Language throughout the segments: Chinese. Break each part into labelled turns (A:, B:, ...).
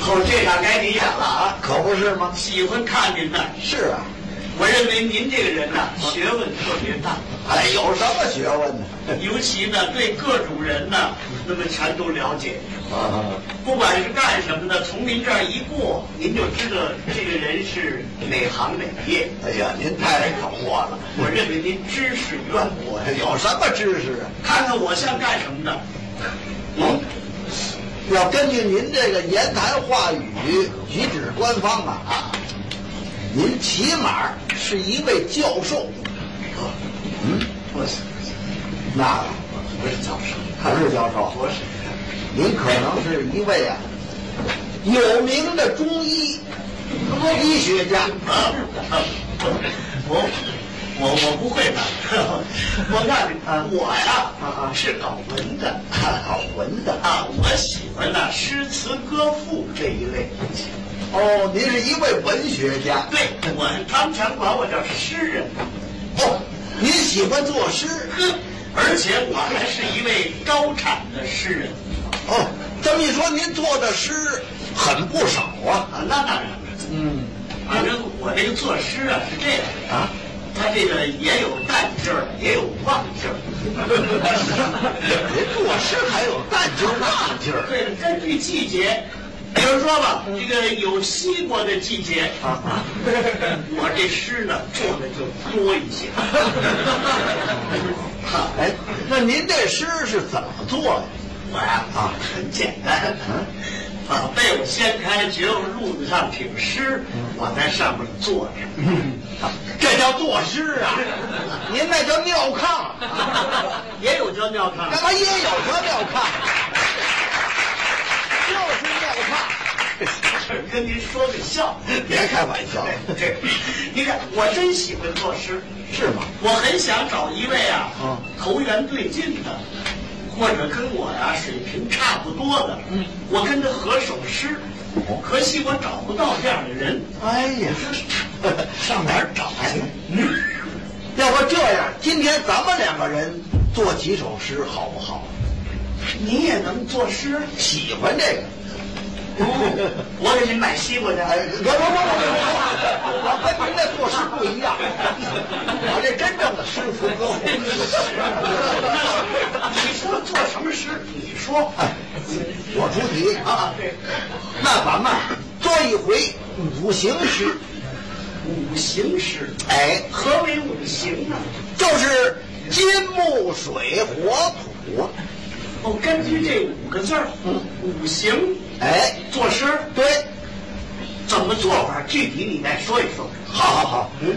A: 头这下该你演了啊！
B: 可不是吗？
A: 喜欢看您呐，
B: 是啊，
A: 我认为您这个人呐，学问特别大，
B: 哎，有什么学问呢？
A: 尤其呢对各种人呐，那么全都了解。
B: 啊，
A: 不管是干什么的，从您这儿一过，您就知道这个人是哪行哪业。
B: 哎呀，您太懂我了，
A: 我认为您知识渊博
B: 我，有什么知识啊？
A: 看看我像干什么的。
B: 嗯，要根据您这个言谈话语、举止官方啊，
A: 啊，
B: 您起码是一位教授。嗯，
A: 不是，
B: 那个
A: 不是教授，
B: 还是教授，
A: 博士，
B: 您可能是一位啊有名的中医医学家。
A: 啊， 我我我不会的。 我告诉你，
B: 啊
A: 我呀是搞文的。
B: 好文的
A: 啊，我喜欢呢诗词歌赋这一类。
B: 哦，您是一位文学家
A: 对我，他们常管我叫诗人。
B: 哦，您喜欢作诗
A: 呵，而且我还是一位高产的诗人
B: 哦。这么一说，您做的诗很不少啊。
A: 啊，那当然了。
B: 嗯
A: 反正我这个作诗啊是这样，
B: 啊，
A: 他这个也有淡劲儿， 也有旺劲
B: 您
A: 儿。
B: 作诗还有淡劲儿大劲 儿。
A: 对，根据季节，比如说吧，这个有西瓜的季节，
B: 啊
A: 我这诗呢做的就多一 些。哈
B: 哎，那您这诗是怎么做的？
A: 我呀
B: 啊
A: 很简单，
B: 嗯
A: 把被我掀开，觉悟褥子上挺湿，
B: 嗯
A: 我在上面坐 着。
B: 这叫作诗 啊！您那叫尿 炕，
A: 也有叫尿 炕
B: 干嘛也有叫尿炕？ 就是尿炕。
A: 跟您说个笑，
B: 别开玩笑
A: 对， 你看我真喜欢作诗，
B: 是吗？
A: 我很想找一位啊
B: 嗯，
A: 投缘对劲的，或者跟我呀、水平差不多的，我跟他合首诗。可惜我找不到这样的人。
B: 哎呀， 嗯上哪儿找去？ 要不这样，今天咱们两个人做几首诗好不好？
A: 你也能作诗？
B: 喜欢这个。
A: 我给您买西瓜去。
B: 哎，不不不不不，我跟您这作诗不一样，我这真正的诗词歌赋。
A: 你说做什么诗？你说
B: 哎，我出题啊，
A: 啊，对，
B: 那咱们做一回五行诗，
A: 五行诗。
B: 哎，
A: 何为五行呢？
B: 就是金木水火土，
A: 哦，根据这五个字儿，五行
B: 哎，
A: 作诗
B: 对，
A: 怎么做法？具体你再说一说。
B: 好好好，嗯，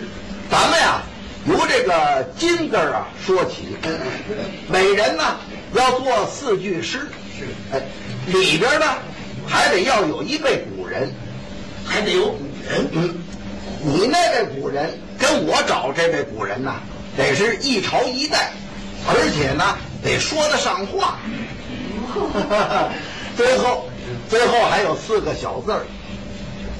B: 咱们呀，由这个金字儿啊说起，每人呢要做四句诗，
A: 是
B: 哎，里边呢还得要有一位古人，
A: 还得有古人。
B: 嗯，你那位古人跟我找这位古人呐、得是一朝一代，而且呢得说得上话。啊最后，最后还有四个小字儿，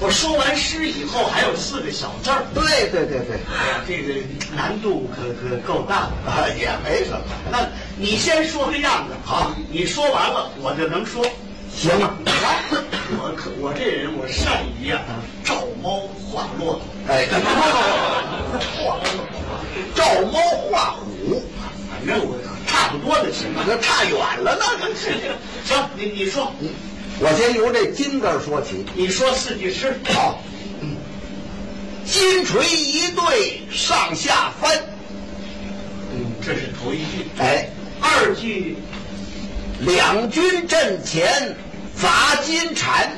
A: 我说完诗以后，还有四个小字儿。
B: 对对对对，
A: 哎呀，这个难度可可够大的。
B: 啊也没什么，
A: 那你先说个样子，
B: 好
A: 你说完了我就能说。
B: 行吗？
A: 我可我这人我善于啊照猫画骆驼，
B: 哎， 照猫画虎，
A: 反正我差不多就行 了。
B: 那差远了那个。
A: 行，你你说，
B: 我先由这金字儿说起。
A: 你说四句诗。
B: 好，金锤一对上下翻，
A: 嗯，这是头一句。
B: 哎，
A: 二句，
B: 两军阵前砸金蝉，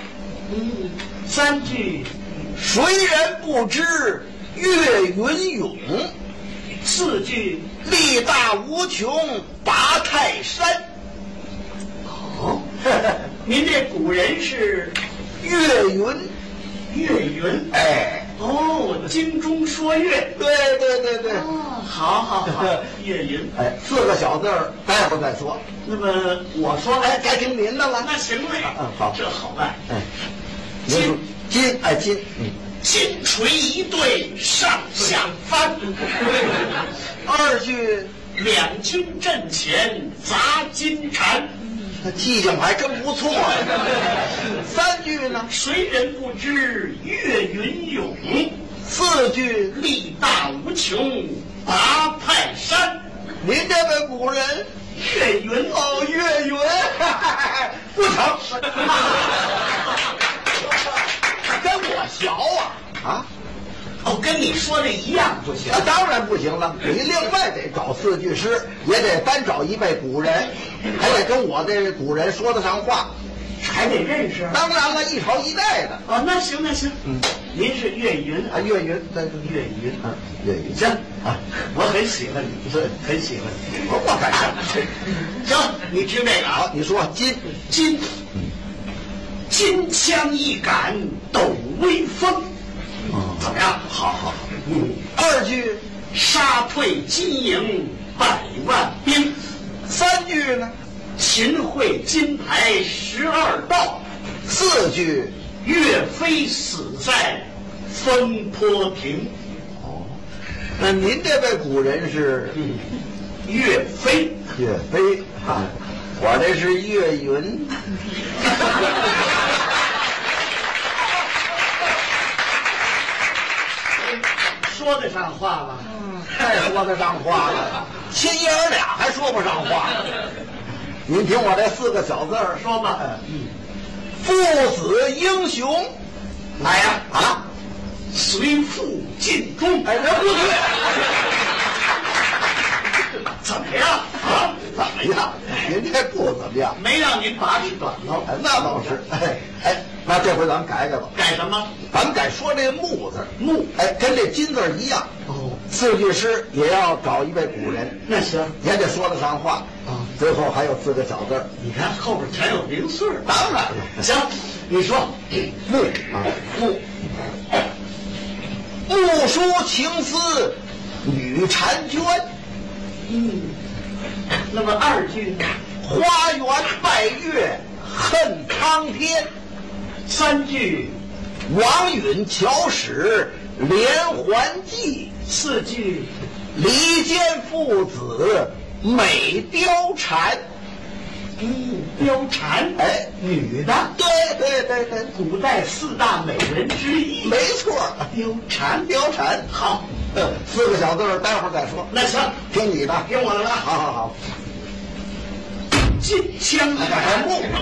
A: 嗯，三句，
B: 谁人不知岳云勇？
A: 四句，
B: 力大无穷拔泰山。哦，
A: 您这古人是
B: 岳云，
A: 岳云。
B: 哎，
A: 哦，精中说岳。
B: 对对对对。
A: 哦，好好好， 岳云。
B: 哎，四个小字儿，待会儿再说。
A: 那么我说，
B: 哎，
A: 哎，
B: 该听您的了。
A: 那行嘞。
B: 嗯好
A: 这好办。
B: 哎，
A: 金
B: 您金哎金，嗯，
A: 金锤一对上下 翻，
B: 二句
A: 两军阵前砸金蝉，
B: 那记性还真不错呀。三句呢？
A: 谁人不知岳云涌？
B: 四句，
A: 力大无穷拔泰山。
B: 您这位古人
A: 岳云
B: 哦，岳云，不成，跟我学啊啊！
A: 哦，跟你说的一样就行
B: 那。当然不行了，你另外得找四句诗，也得单找一位古人，还得跟我这古人说得上话。
A: 还得认识啊。
B: 当然了，一朝一代的
A: 哦，那行那行，
B: 嗯
A: 您是岳云啊，
B: 啊，岳云，那
A: 岳云
B: 啊，岳云
A: 行
B: 啊，
A: 我很喜欢你，
B: 是
A: 很喜欢你。
B: 我我干什
A: 行，你听这个
B: 好
A: 啊，，
B: 你说金
A: 金金枪一杆抖威风，怎么样？好好，嗯，
B: 二句，
A: 杀退金营百万兵，
B: 三句呢？
A: 秦桧金牌十二道，
B: 四句，
A: 岳飞死在风波亭。
B: 那您这位古人是呃
A: 嗯，岳飞，
B: 岳飞啊，我这是岳云。
A: 说得上话吗？
B: 太说得上话了，亲爷儿俩还说不上话。您听我这四个小字儿说
A: 说吧。
B: 嗯父子英雄，来呀啊！
A: 随父进忠，
B: 哎，这不对，
A: 怎么样啊？
B: 怎么样？您这不怎么样？
A: 没让您拔去短头，
B: 哎，那倒是。哎哎，那这回咱们改改吧，
A: 改什么？
B: 咱们改说这木字儿
A: 木
B: 哎，跟这金字儿一样。
A: 哦，
B: 四句诗也要找一位古人，
A: 那行，
B: 也得说得上话
A: 啊
B: 最后还有四个小字儿，
A: 你看后边全有零碎儿。
B: 当然了，
A: 行，你说
B: 木啊。
A: 木
B: 不抒情思女婵娟，
A: 嗯，那么二句呢？
B: 花园拜月恨苍天。
A: 三句、
B: 王允巧使连环计，
A: 四句、
B: 离间父子美貂蝉。
A: 嗯，貂蝉，
B: 哎，
A: 女的，
B: 对对对对，
A: 古代四大美人之一。
B: 没错，
A: 貂蝉，
B: 貂蝉。
A: 好，
B: 嗯，四个小字儿，待会儿再说。
A: 那行，
B: 听你的，
A: 听我的了。
B: 好好好。
A: 金枪
B: 哎还木呢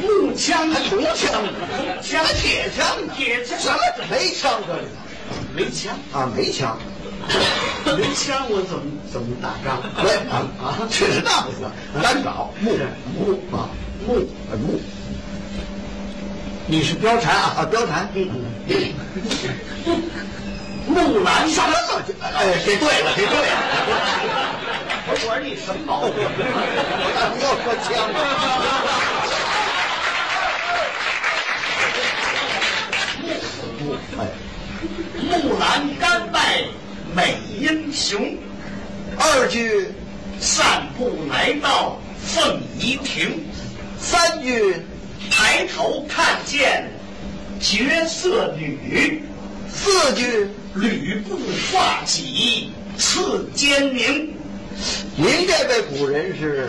A: 木木枪
B: 还铜枪呢
A: 枪
B: 还铁枪呢？
A: 铁枪
B: 什么没枪这里头
A: 没枪
B: 啊？没枪。
A: 没枪我怎么怎么打仗？
B: 对啊啊，确实那不行，单找木木啊
A: 木，
B: 呃木
A: 你是貂蝉啊？
B: 啊貂蝉
A: 木兰
B: 什么乱七八糟哎，这对了，这对了，
A: 我说你什么
B: 啊
A: 毛病？
B: 不要说枪了。木哎，
A: 木兰甘拜美英雄，
B: 二句
A: 散步来到凤仪亭，
B: 三句
A: 抬头看见绝色女。
B: 四句，
A: 吕布发髻刺奸明，
B: 您这位古人是，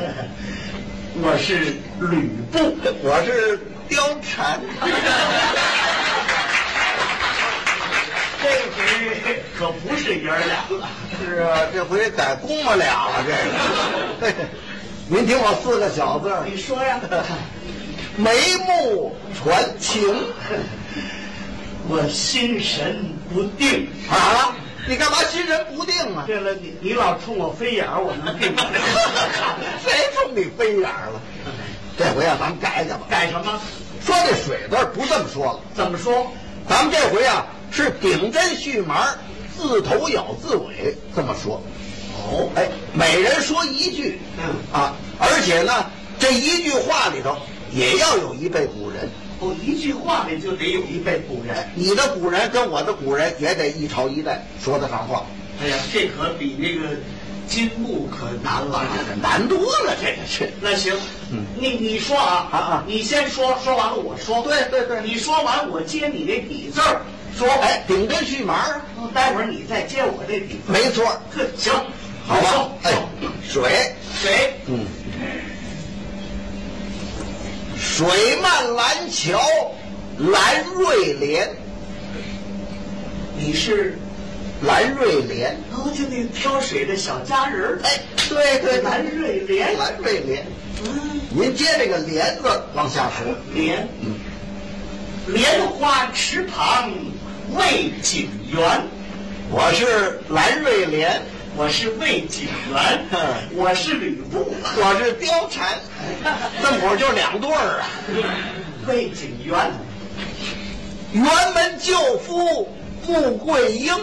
A: 我是吕布。
B: 我是貂蝉，
A: 这回可不是爷儿俩了。
B: 是啊，这回改公母俩了，这个。您听我四个小字儿，
A: 你说呀？
B: 眉目传情
A: 我心神不定。
B: 啊！你干嘛心神不定啊？
A: 对了，你你老冲我飞眼儿，我能定吗？
B: 谁冲你飞眼儿了？这回啊，咱们改改吧。
A: 改什么？
B: 说这水字儿不这么说了，
A: 怎么说？
B: 咱们这回啊是顶针续麻，自头咬自尾这么说。
A: 哦
B: 哎，每人说一句，
A: 嗯
B: 啊，而且呢，这一句话里头也要有一位古人。
A: 我哦一句话里就得有一位古人。
B: 你的古人跟我的古人也得一朝一代说得上话，
A: 哎呀，这可比那个金木可难了。
B: 难多了，这个是。
A: 那行，
B: 嗯
A: 你你说啊
B: 啊啊
A: 你先说，说完了我说。
B: 对对对
A: 你说完我接你那底字儿，
B: 说哎，顶针续麻啊，
A: 待会儿你再接我这底字。
B: 没错，
A: 呵，行，
B: 好吧哎
A: 说？
B: 哎，水，
A: 谁？
B: 嗯，水漫蓝桥蓝瑞莲，
A: 你是
B: 蓝瑞莲，
A: 哦，就那挑水的小佳人儿，
B: 哎，对对，
A: 蓝瑞莲，
B: 蓝瑞莲，
A: 嗯，
B: 您接这个莲字往下说，
A: 莲，
B: 嗯，
A: 莲花池旁魏景元，
B: 我是蓝瑞莲，
A: 我是魏景元，
B: 嗯
A: 我是吕布，
B: 我是貂蝉，这么会儿就两对儿啊。
A: 魏景元，
B: 辕门救夫穆桂英，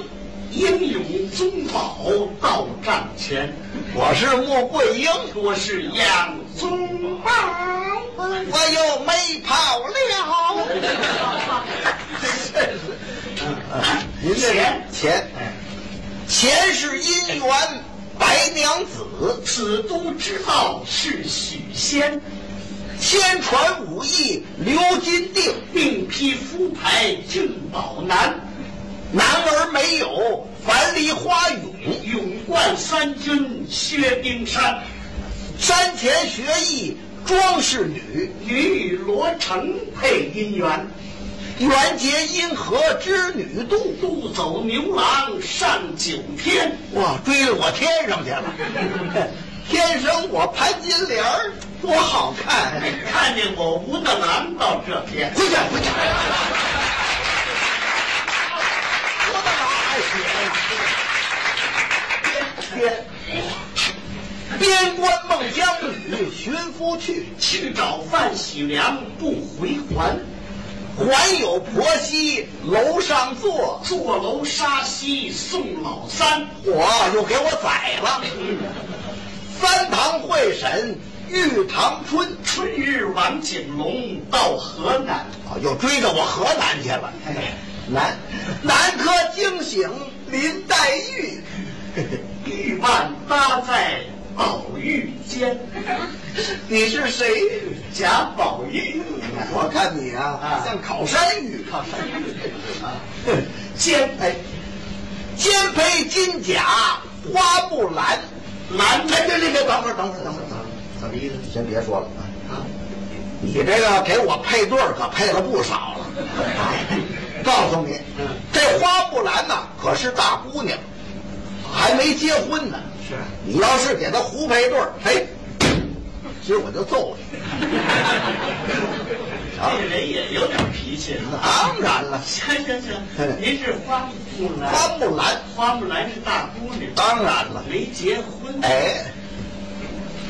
A: 英勇宗保到帐前，
B: 我是穆桂英，
A: 我是杨宗保。
B: 我又没跑了。真是您这
A: 钱
B: 钱
A: 哎
B: 前世姻缘白娘子，
A: 此都之道是许仙，
B: 先传武艺刘金定，
A: 并披夫牌敬宝男，
B: 男儿没有樊梨花勇，
A: 勇冠三军薛丁山，
B: 山前学艺庄氏女，
A: 女与罗成配姻缘，
B: 缘结因何织女渡。
A: 渡走牛郎上九天，
B: 哇，追到我天上去 了！天生我潘金莲儿多好看！啊
A: 哎看见我吴大郎到这边，
B: 回去回去！我的妈呀！天天，边关孟姜女寻夫去，
A: 去找范喜良不回还，
B: 还有婆媳楼上坐，
A: 坐楼杀西送老三，
B: 我又给我宰了。三堂会审玉堂春，
A: 春日王景龙到河南。
B: 啊，又追到我河南去了。
A: 哎
B: 南南柯惊醒林黛玉，
A: 玉腕搭在宝玉间，
B: 你是谁？
A: 贾宝玉
B: 我看你啊，
A: 啊
B: 像烤山芋。
A: 靠山啊，
B: 肩哎， 肩披金甲花木兰。
A: 蓝
B: 哎，
A: 的
B: 这这这，等会儿，等会儿，等会儿，等会儿，
A: 怎么意思
B: 先别说了
A: 啊？
B: 啊！你这个给我配对儿可配了不少 了。啊告诉你
A: 嗯，
B: 这花木兰呐，可是大姑娘，还没结婚呢。
A: 是
B: 你要是给他胡配对儿，嘿，今儿我就揍你！
A: 这个人也有点脾气啊。
B: 当然了，
A: 行行行，您是花木兰，
B: 花木兰，
A: 花木兰是大姑娘，
B: 当然了。
A: 没结婚。
B: 哎，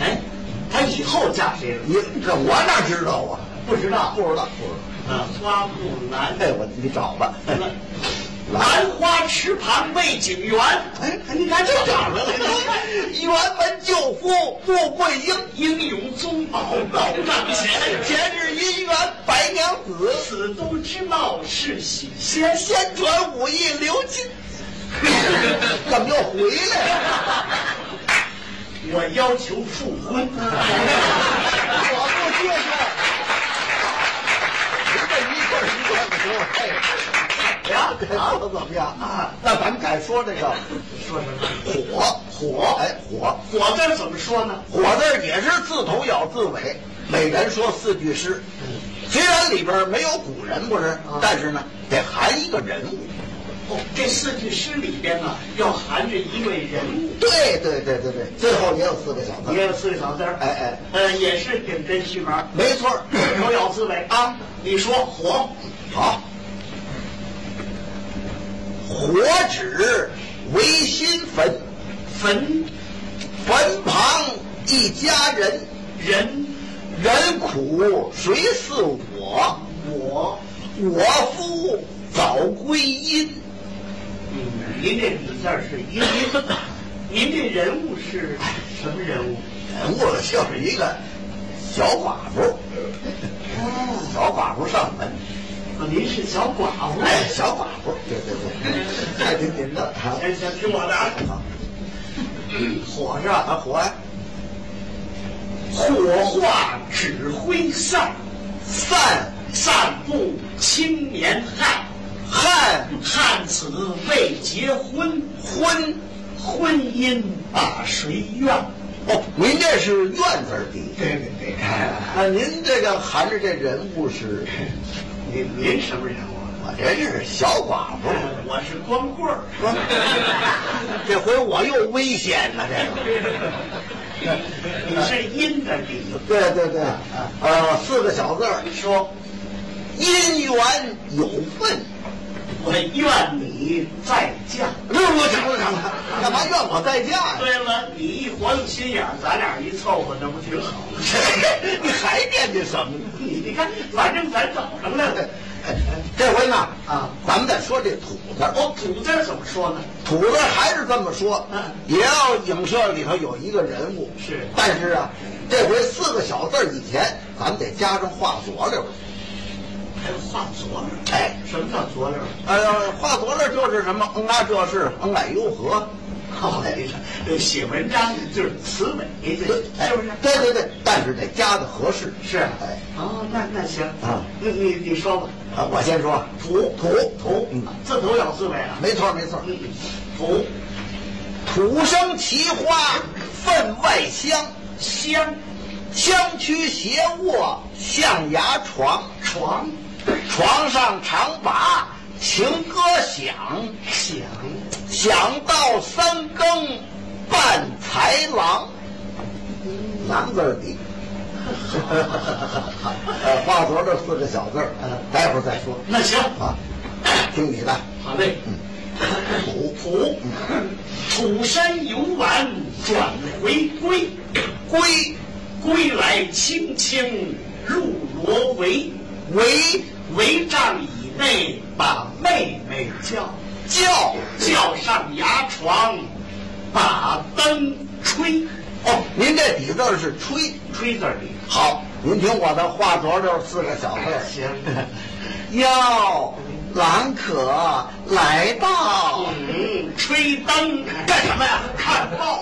A: 哎，她以后嫁谁了？
B: 你这我哪知道啊？
A: 不知道
B: 不知道，不知道。
A: 啊，花木兰，
B: 哎，我你找吧。
A: 兰花池旁魏景元，
B: 哎， 你看这找着了。辕门救夫穆桂英，
A: 英勇宗保到帐前。
B: 前世姻缘白娘子，
A: 此都之道是喜事，
B: 先先传武艺刘金。怎么又回来了？
A: 我要求复婚。
B: 我不接受。您这一个一个的给我配
A: 呀
B: 啊，怎么样啊？那咱们敢说这个
A: 说什么？
B: 火火哎火
A: 火字儿怎么说呢？
B: 火字儿也是自头咬自尾，每人说四句诗。虽然里边没有古人不是，但是呢得含一个人物。
A: 哦，这四句诗里边呢，要含着一位人物，
B: 对对对对对，最后也有四个小字。
A: 也有四个小字儿。
B: 哎哎，
A: 呃，也是顶针续 门，
B: 没错儿。
A: 有咬字尾啊。你说火，
B: 好，火指为新坟，
A: 坟
B: 坟旁一家人，
A: 人
B: 人苦谁似我？
A: 我，
B: 我夫早归阴。
A: 嗯，您这笔字儿是一音，您这人物是什么人物？
B: 人物就是一个小寡妇，
A: 哦，
B: 小寡妇上门，
A: 啊您是小寡妇。
B: 哎，小寡妇，对对对，太听您的，啊
A: 哎行行，听我的啊。
B: 火是吧？啊，火呀，
A: 火化指挥散，
B: 散
A: 散布青年汉，
B: 汉
A: 汉子未结婚，婚婚姻把谁怨？
B: 哦，您这是院字儿底。啊
A: 对对对，
B: 那您这个含着这人 物是，
A: 您您什么人物？
B: 我这是小寡妇，
A: 我是光棍儿。
B: 这回我又危险了，这个。
A: 你是阴的底，
B: 对对对，呃，四个小字儿说，姻缘有份。
A: 我愿你在家。
B: 不是我讲了讲了，干嘛怨我在家呀？
A: 对了，你一活动心眼儿，咱俩一凑合，那不挺好吗？
B: 你还惦记什么呢？
A: 你你看，反正咱找上来了。
B: 这回呢，
A: 啊，
B: 咱们再说这土字儿，
A: 我土字儿怎么说呢？
B: 土字儿还是这么说
A: 哦嗯，
B: 也要影射里头有一个人物。
A: 是
B: 但是啊，这回四个小字儿以前，咱们得加上画左溜儿。
A: 还有画左溜儿。
B: 哎，
A: 什么叫左溜儿？
B: 呃，画左溜儿就是什么？嗯啊，这是嗯哎呦呵。
A: 好嘞，这写文章就是词美，这
B: 哎
A: 是不是？
B: 对对对，但是得加的合适。
A: 是
B: 哎，
A: 哦，那那行
B: 啊
A: 那你你说吧，
B: 啊，我先说土土
A: 土
B: 嗯，
A: 字头有字尾啊，
B: 没错没错。
A: 嗯，土
B: 土生奇花分外香，
A: 香
B: 香躯斜卧象牙床，
A: 床
B: 床上常把情歌响，
A: 响
B: 响到三更伴才郎。郎字儿 底，呃，画左这四个小字儿，待会儿再说
A: 那行，
B: 啊，听你的。嗯
A: 好嘞。土土土山游玩转回归，
B: 归
A: 归来青青入罗围，
B: 为
A: 围帐以内把妹妹叫，
B: 教
A: 叫上牙床把灯吹，
B: 哦，您这底字儿是吹，
A: 吹字儿里。
B: 好，您听我的画左溜四个小字儿。
A: 行，
B: 哟，郎可来到。
A: 嗯，吹灯干什么呀？看报。